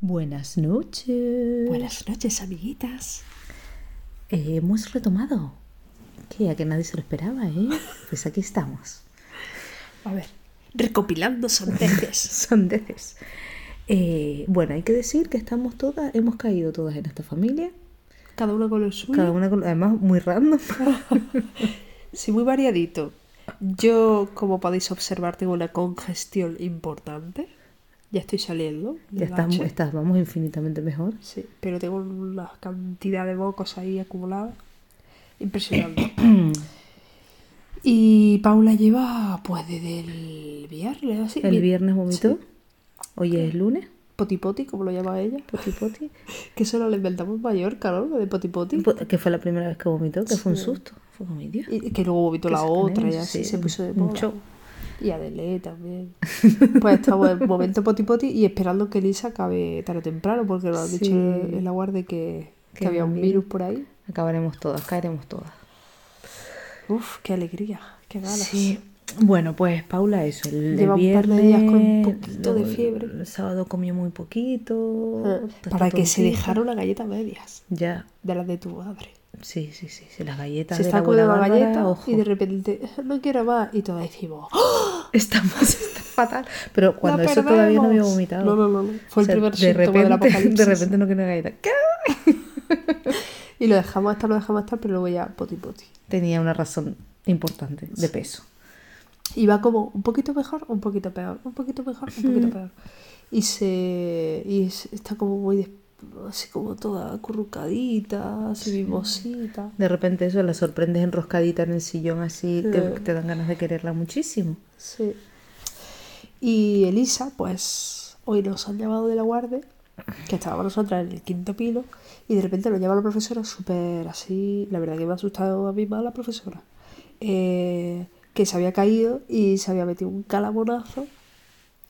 Buenas noches. Buenas noches, amiguitas. Eh, hemos retomado. Que a que nadie se lo esperaba, ¿eh? Pues aquí estamos. A ver, recopilando sandeces. Sandeces. Eh, bueno, hay que decir que estamos todas, hemos caído todas en esta familia. Cada uno con lo suyo. Cada una, con- además, muy random. Sí, muy variadito. Yo, como podéis observar, tengo una congestión importante. Ya estoy saliendo. del ya estás, bache. estás, vamos, infinitamente mejor. Sí, pero tengo una cantidad de mocos ahí acumulada. Impresionante. y Paula lleva, pues, desde el viernes, así. El mi- viernes vomitó. Sí. Hoy es lunes. Potipoti, como lo llama ella. Poti poti. Pues, Que eso lo inventamos en Mallorca, ¿no? Lo de potipoti. Que fue la primera vez que vomitó, que fue un susto. Fue como, "Ay, Dios". Y que luego vomitó Que la se otra y genera, así sí, se puso de un moda. show. Y Adele también. Pues estamos en momento poti poti y esperando que Lisa acabe tarde o temprano, porque lo ha Sí. dicho en la guardia que, que Que había un había. virus por ahí. Acabaremos todas, caeremos todas. Uf, qué alegría, qué ganas. Eh, Sí. Bueno, pues Paula, eso. El, el Lleva un par viernes, de días con un poquito de luego el- fiebre. El sábado comió muy poquito. Ah, Pues está Para que se tontita. dejara una galleta a medias Ya, de las de tu madre. sí, sí, sí. sí, Las galletas. Se de está la abuela comiendo la Bárbara, galleta ojo. y de repente, no quiero más. Y todas decimos, ¡Oh, Estamos está fatal. Pero cuando la eso todavía no había perdemos! vomitado. No, no, no. no. Fue O sea, el primer de síntoma repente, del apocalipsis. De repente no quería galleta. ¿Qué? Y lo dejamos estar, lo dejamos estar, pero luego ya poti poti. Tenía una razón importante de peso. Y va como un poquito mejor, un poquito peor, un poquito mejor, un poquito peor. Y se y es- está como muy des- así como toda acurrucadita, así mimosita. De repente eso, la sorprendes enroscadita en el sillón así, te, Eh. te dan ganas de quererla muchísimo. Sí. Y Elisa, pues hoy nos han llamado de la guardia, que estábamos nosotras en el quinto pilo, y de repente nos llama la profesora súper así, la verdad que me ha asustado a mí más la profesora, eh, que se había caído y se había metido un calabonazo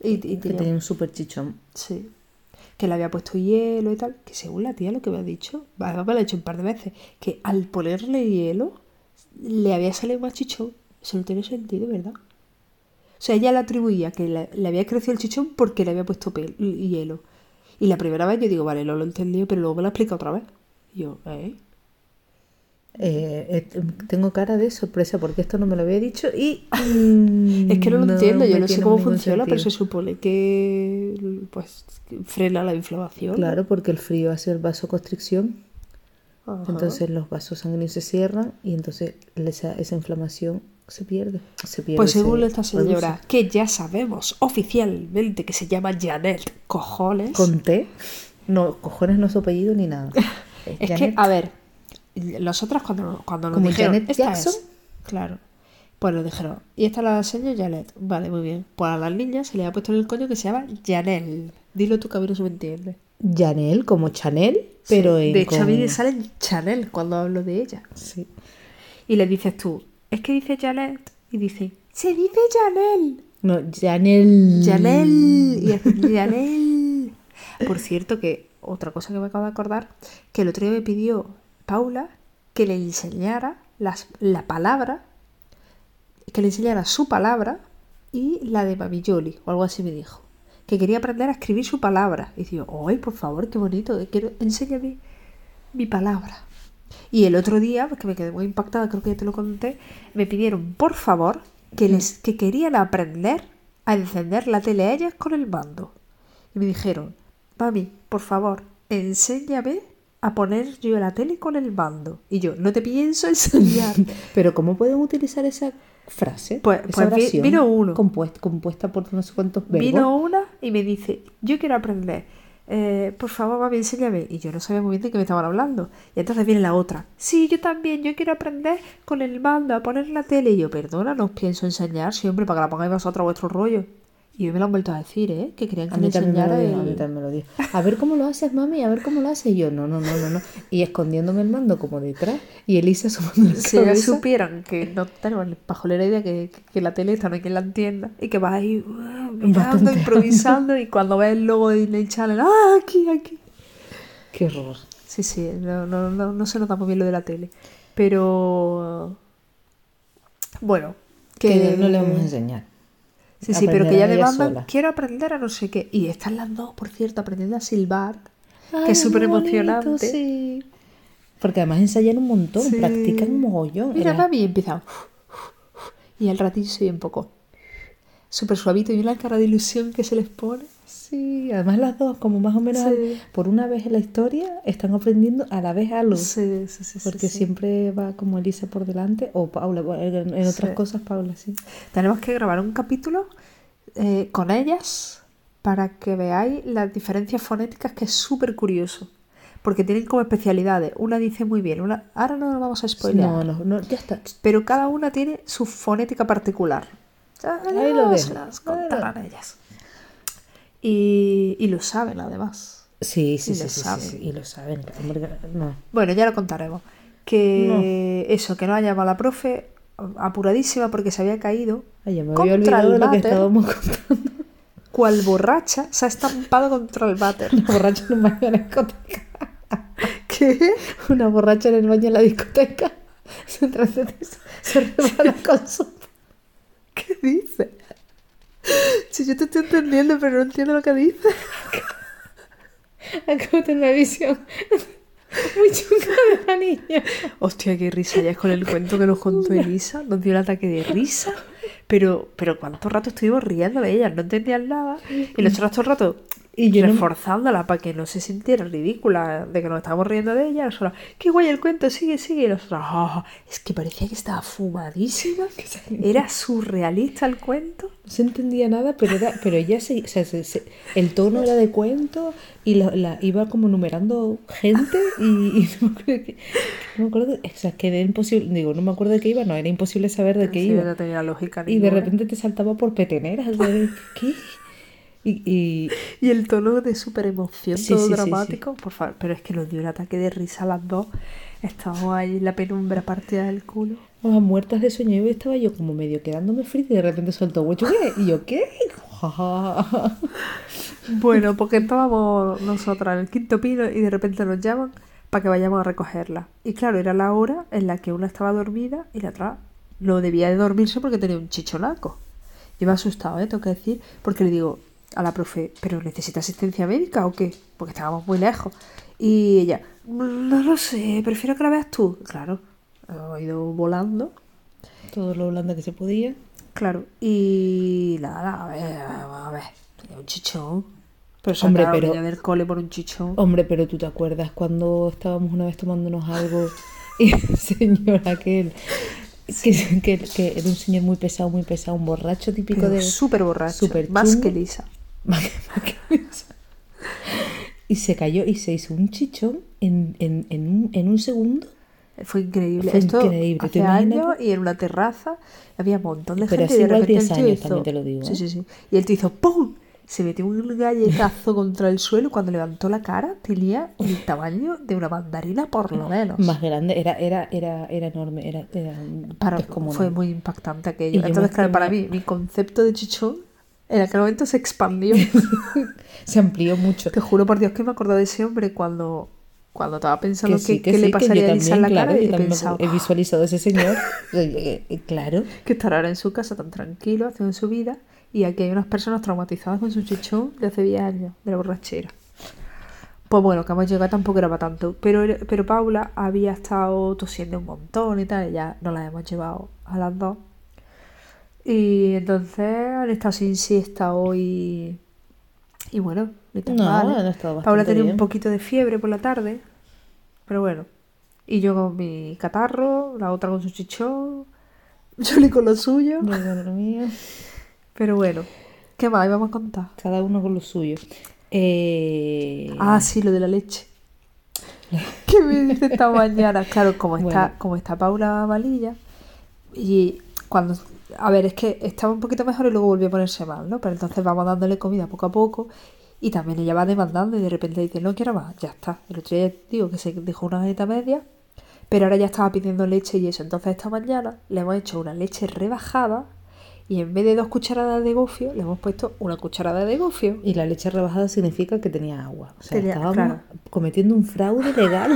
y, y Que tenía tenía un súper chichón. Sí. Que le había puesto hielo y tal. Que según la tía lo que me ha dicho, además me lo ha dicho un par de veces, que al ponerle hielo le había salido más chichón. Eso no tiene sentido, ¿verdad? O sea, ella le atribuía que le, le había crecido el chichón porque le había puesto pel- hielo. Y la primera vez yo digo, vale, no lo he entendido, pero luego me lo explica otra vez. Y yo, ¿eh? Eh, eh, tengo cara de sorpresa porque esto no me lo había dicho y... mm, Es que no lo entiendo, yo me no sé tiene cómo ningún funciona, pero se sentido. supone que pues que frena la inflamación. ¿no? Claro, porque el frío hace el vasoconstricción, Ajá. entonces los vasos sanguíneos se cierran y entonces esa, esa inflamación se pierde. Se pierde Pues se según esta reduce. señora, que ya sabemos oficialmente que se llama Janet Cojones. Con té, no, cojones no es su apellido ni nada. es que, Janet. a ver, nosotras cuando, cuando nos Como dijeron. Janet "Esta Jackson". es", claro. Pues nos dijeron, y esta es la señora Janet. Vale, muy bien. Pues a las niñas se les ha puesto en el coño que se llama Janel. Dilo tú que a mí no se me entiende. Janel, como Chanel, pero Sí, en De hecho, a mí con- me sale Chanel cuando hablo de ella. Sí. Y le dices tú, es que dice Janet. Y dice, se dice Janel. No, Janel. Yanel y hace, Yanel. Por cierto, que otra cosa que me acabo de acordar, que el otro día me pidió Paula que le enseñara las, la palabra, que le enseñara su palabra y la de Mami Yoli, o algo así me dijo. Que quería aprender a escribir su palabra. Y digo, ¡ay, por favor, qué bonito! eh, Quiero, enséñame mi palabra. Y el otro día, porque me quedé muy impactada, creo que ya te lo conté, me pidieron, por favor, que, les, que querían aprender a encender la tele a ellas con el mando. Y me dijeron, mami, por favor, enséñame a poner yo la tele con el mando. Y yo, no te pienso enseñar. Pero ¿cómo pueden utilizar esa frase? Pues- esa pues vi- oración vino uno. compuest- compuesta por no sé cuántos verbos. Vino una y me dice, yo quiero aprender. Eh, por favor, mami, enséñame. Y yo no sabía muy bien de qué me estaban hablando. Y entonces viene la otra. Sí, yo también, yo quiero aprender con el mando a poner la tele. Y yo, perdona, no os pienso enseñar siempre para que la pongáis vosotros a vuestro rollo. Y hoy me lo han vuelto a decir, ¿eh? Que querían A que me mí también me lo enseñara dijo, a el- mí también me lo dijo. A ver cómo lo haces, mami, a ver cómo lo haces. Y yo, no, no, no, no, no. Y escondiéndome el mando como detrás. Y Elisa asomando la Si ya cabeza. supieran que no tenemos la pajolera idea que, que la tele está no hay quien la entienda y que vas ahí uh, mirando, tonteando. improvisando y cuando ves el logo de Disney Channel, ¡ah, aquí, aquí! Qué horror. Sí, sí, no, no, no, no se nota muy bien lo de la tele. Pero. Bueno, Que que. no le vamos a enseñar. Sí, sí, pero que Aprenderán ya le ellas mandan, solas. quiero aprender a no sé qué. Y están las dos, por cierto, aprendiendo a silbar, Ay, que es muy súper bonito, emocionante. sí. Porque además ensayan un montón, Sí. practican un mogollón. Mira, Era- Mami, empieza. Y al ratito se oye un poco. Súper suavito y una cara de ilusión que se les pone. Sí, además las dos, como más o menos Sí. al- por una vez en la historia, están aprendiendo a la vez algo. Sí, sí, sí. sí, Porque sí. siempre va como Elisa por delante o Paula, bueno, en, en otras Sí. cosas Paula, sí. Tenemos que grabar un capítulo eh, con ellas para que veáis las diferencias fonéticas, que es súper curioso. Porque tienen como especialidades. Una dice muy bien, una. Ahora no lo vamos a spoilear. No, no, no, ya está. Pero cada una tiene su fonética particular. Ya Ahí lo nos dejo, las ahí lo contarán ellas. Y, y lo saben además. Sí, sí, Y sí, lo sí, sí, saben. sí, y lo saben. hombre, no. Bueno, ya lo contaremos. Que eso, que no ha llamado la profe apuradísima porque se había caído. Ay, ya me había contra olvidado de el lo que váter, estábamos contando. cual borracha se ha estampado contra el váter. Una borracha en el baño de la discoteca. ¿Qué? Una borracha en el baño de la discoteca. Se, trasera- se resbala con su... ¿Qué dice? Si yo te estoy entendiendo, pero no entiendo lo que dice. Acabo de tener una visión muy chunga de la niña. Hostia, qué risa ya es con el cuento que nos contó Elisa. Nos dio el ataque de risa. Pero, pero cuánto rato estuvimos riendo de ellas, no entendían nada. Y nosotros todo el rato Y yo no- reforzándola para que no se sintiera ridícula de que nos estábamos riendo de ella. Nosotros, qué guay el cuento, sigue, sigue. Y nosotros, "Ah, es que parecía que estaba fumadísima. Era surrealista el cuento. No se entendía nada, pero era, pero ella se, o sea, se- se- el tono era de cuento y la, la- iba como numerando gente y, y no me acuerdo que, no me acuerdo, o sea, que era imposible, digo, no me acuerdo de qué iba, no, era imposible saber de qué Ah, Sí, ¿eh? iba. no tenía lógica Y de ninguna. repente te saltaba por peteneras, o sea, de- ¿qué? Y, y Y el tono de super emoción, Sí, todo sí, sí, dramático, por favor. Pero es que nos dio un ataque de risa a las dos. Estábamos ahí en la penumbra partida del culo. vamos, muertas de sueño, y estaba yo como medio quedándome frita y de repente soltó, "What you get?" y yo, ¿qué? Ja, ja, ja. Bueno, porque estábamos nosotras en el quinto pino y de repente nos llaman para que vayamos a recogerla. Y claro, era la hora en la que una estaba dormida y la otra no debía de dormirse porque tenía un chichonaco. Yo me he asustado, ¿eh? tengo que decir, porque le digo a la profe, ¿pero necesita asistencia médica o qué? Porque estábamos muy lejos. Y ella, no lo sé, prefiero que la veas tú. Claro, ha ido volando. Todo lo blanda que se podía. Claro, y nada, a ver, a ver, tenía un chichón. Pero se Hombre, Hombre, pero... pero- Oh, del cole por un chichón. Hombre, pero tú te acuerdas cuando estábamos una vez tomándonos algo y el señor aquel, que, que- que era un señor muy pesado, muy pesado, un borracho típico Pero de... súper borracho, súper más chungo. que lisa. y se cayó y se hizo un chichón en, en- en un, en un segundo. Fue increíble. Fue Esto increíble, ¿te hace imaginas? años y en una terraza había un montón de Pero hace gente y de igual repente 10 el tío años, hizo- también te lo digo, Sí, ¿eh? sí, sí. Y el tío hizo ¡pum! Se metió un galletazo contra el suelo y cuando levantó la cara tenía el tamaño de una mandarina por lo menos. Más grande, era, era, era, era enorme, era, era Para- descomunal. fue muy Y impactante aquello. yo me Entonces, claro, acuerdo- para mí, mi concepto de chichón en aquel momento se expandió. Se amplió mucho. Te juro por Dios que me he acordado de ese hombre cuando, cuando estaba pensando Que que, sí, que qué sí, le que yo pasaría a Lisa en la también, claro, cara y yo he también pensado he visualizado a ese señor. Eh, eh, claro. que estará ahora en su casa tan tranquilo, haciendo su vida, y aquí hay unas personas traumatizadas con su chichón de hace 10 años, de la borrachera. Pues bueno, que hemos llegado tampoco era para tanto, pero, era- pero Paula había estado tosiendo un montón y tal, y ya no la hemos llevado a las dos. Y entonces han estado sin siesta hoy. Y bueno, ni tan No, mal, ¿eh? han estado Paula bastante tenía bien. un poquito de fiebre por la tarde, pero bueno. Y yo con mi catarro, la otra con su chichón, Julie con lo suyo. Yo, madre mía. Pero bueno, ¿qué más vamos a contar? Cada uno con lo suyo. Eh, Ah, sí, lo de la leche. ¿Qué me dice esta mañana? Claro, como está, Bueno. como está Paula Malilla. Y cuando. A ver, es que estaba un poquito mejor y luego volvió a ponerse mal, ¿no? Pero entonces vamos dándole comida poco a poco. Y también ella va demandando y de repente dice, no quiero más, ya está. El otro día digo que se dejó una galleta media, pero ahora ya estaba pidiendo leche y eso. Entonces esta mañana le hemos hecho una leche rebajada y en vez de dos cucharadas de gofio, le hemos puesto una cucharada de gofio. Y la leche rebajada significa que tenía agua. O sea, Tenía- estábamos claro. cometiendo un fraude legal.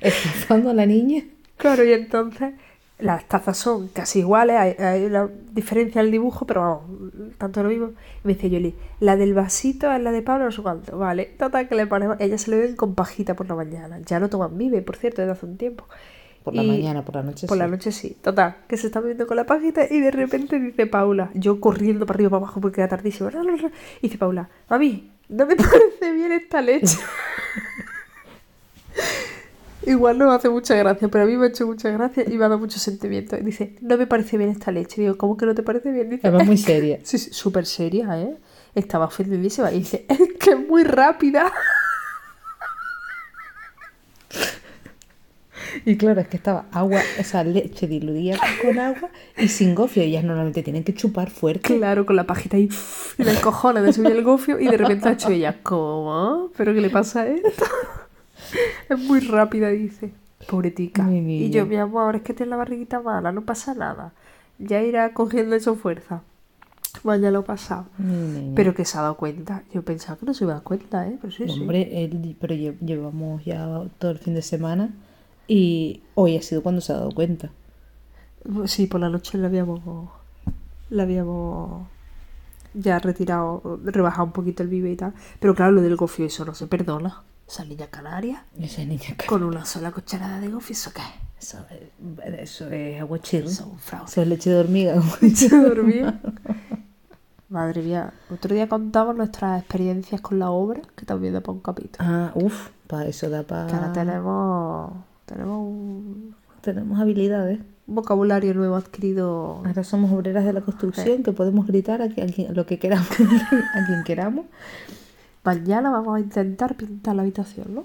Estafando a la niña. Claro, y entonces Las tazas son casi iguales, hay, hay una diferencia en el dibujo, pero vamos, tanto lo mismo. Y me dice Yoli, la del vasito es la de Pablo no sé cuánto. Vale, total que le ponemos. Ella se lo beben con pajita por la mañana. Ya no toman vive, por cierto, desde hace un tiempo. Por la Y- mañana, por la noche. Por la sí. noche sí. Total, que se está bebiendo con la pajita y de repente dice Paula, yo corriendo para arriba para abajo porque era tardísimo. ra, ra, ra, Y dice Paula, mami, no me parece bien esta leche. Igual no me hace mucha gracia, pero a mí me ha hecho mucha gracia y me ha dado mucho sentimiento. Y dice, no me parece bien esta leche. Digo, ¿cómo que no te parece bien? Dice, Además, muy "Es que-". seria. Sí, sí, súper seria, ¿eh? Estaba ofendidísima. Y dice, es que es muy rápida. Y claro, es que estaba agua, o sea, leche diluida con agua y sin gofio. Ellas normalmente tienen que chupar fuerte. Claro, con la pajita ahí y me encojona de subir el gofio y de repente ha hecho ella, ¿cómo? ¿Pero qué le pasa a esto? es muy rápida, dice. Pobre tica. Mi y niña. yo, mi amor, es que tiene la barriguita mala, no pasa nada. Ya irá cogiendo eso fuerza. Vaya lo pasado. Mi niña. Pero que se ha dado cuenta. Yo pensaba que no se iba a dar cuenta, ¿eh? Pero sí, sí. Hombre, él- pero lle- llevamos ya todo el fin de semana y hoy ha sido cuando se ha dado cuenta. Sí, por la noche la habíamos. La habíamos. Ya retirado, rebajado un poquito el vive y tal. Pero claro, lo del gofio, eso no se perdona. Esa niña canaria. Esa niña que... Con una sola cucharada de gofio, ¿eso qué? Eso, es- eso es agua chirri. Eso es un fraude. Eso es leche de hormiga. Se dormía. Madre mía, otro día contamos nuestras experiencias con la obra, que también da para un capítulo. ah, uff, para eso da Que ahora para... tenemos, tenemos un Tenemos habilidades. vocabulario nuevo adquirido. Ahora somos obreras de la construcción que podemos gritar a quien, a quien- lo que queramos, a quien queramos. Mañana vamos a intentar pintar la habitación, ¿no?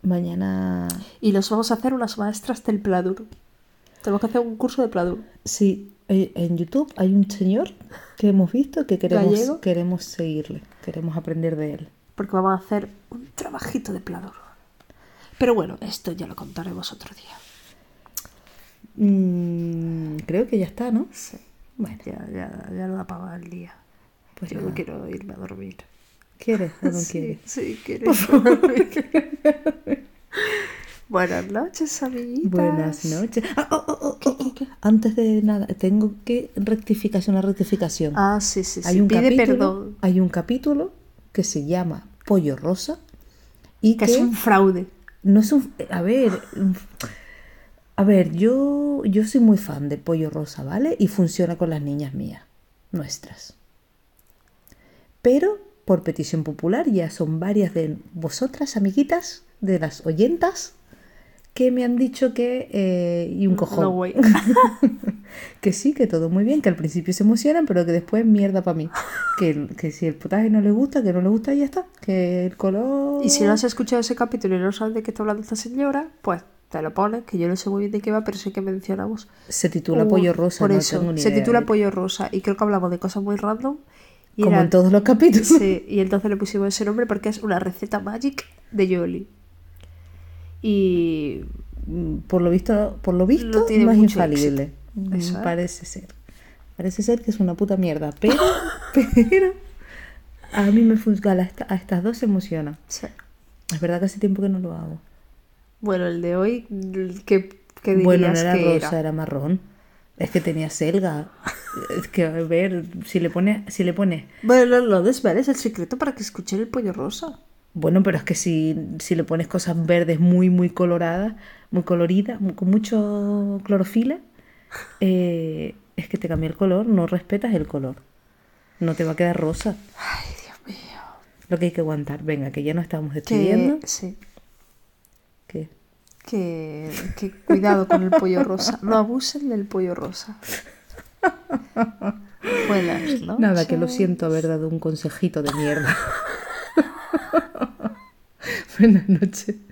Mañana, Y nos vamos a hacer unas maestras del Pladur. Tenemos que hacer un curso de Pladur. sí, eh, en YouTube hay un señor que hemos visto que queremos, Gallego. queremos seguirle, queremos aprender de él. Porque vamos a hacer un trabajito de Pladur. Pero bueno, esto ya lo contaremos otro día. Mm, creo que ya está, ¿no? Sí. Bueno, Ya, ya, ya no da para más el día. Pues Yo nada. quiero irme a dormir. ¿quieres o no sí, quieres? sí, quiero irme a dormir. Buenas noches, amiguitas. Buenas noches. Ah, oh, oh, oh, oh, oh. Antes de nada, tengo que rectificación, una rectificación. Ah, sí, sí, sí. hay un Pide capítulo, perdón. hay un capítulo que se llama Pollo Rosa y Que que, es un fraude. no es un, a ver, un- a ver, yo yo soy muy fan del Pollo Rosa, ¿vale? Y funciona con las niñas mías, nuestras. Pero por petición popular ya son varias de vosotras, amiguitas, de las oyentas que me han dicho que eh, y un cojón No, güey. que sí, que todo muy bien, que al principio se emocionan, pero que después mierda para mí. Que, que si el potaje no le gusta, que no le gusta y ya está. Que el color... Y si no has escuchado ese capítulo y no sabes de qué está hablando esta señora, pues te lo pones, que yo no sé muy bien de qué va, pero sí que mencionamos. Se titula Uh, Pollo Rosa, Por no eso, tengo ni se idea. eh. titula Pollo Rosa. Y creo que hablamos de cosas muy random. Y Como era- en todos los capítulos. Sí, y entonces le pusimos ese nombre porque es una receta magic de Yoli. Y Mm, Por lo visto, por lo visto No tiene no es mucho infalible. Mm, Eso es. Parece ser. Parece ser que es una puta mierda, pero, pero a mí me funciona, a, esta- a estas dos se emociona. sí. Es verdad que hace tiempo que no lo hago. bueno, el de hoy, el que, que dirías Bueno, no era que rosa, era. era. marrón. Es que tenía selga. Es que, a ver, si le pones, si le pones, Bueno, no, no desveles el secreto para que escuchen el pollo rosa. bueno, pero es que si, si le pones cosas verdes muy, muy coloradas, muy coloridas, mu- con mucho clorofila, eh, es que te cambia el color, no respetas el color. No te va a quedar rosa. Ay, Dios mío. Lo que hay que aguantar. Venga, que ya nos estamos despidiendo. Que, sí, ¿Qué? que, que cuidado con el pollo rosa. No abusen del pollo rosa. Buenas noches. Nada, que lo siento haber dado un consejito de mierda. Buenas noches.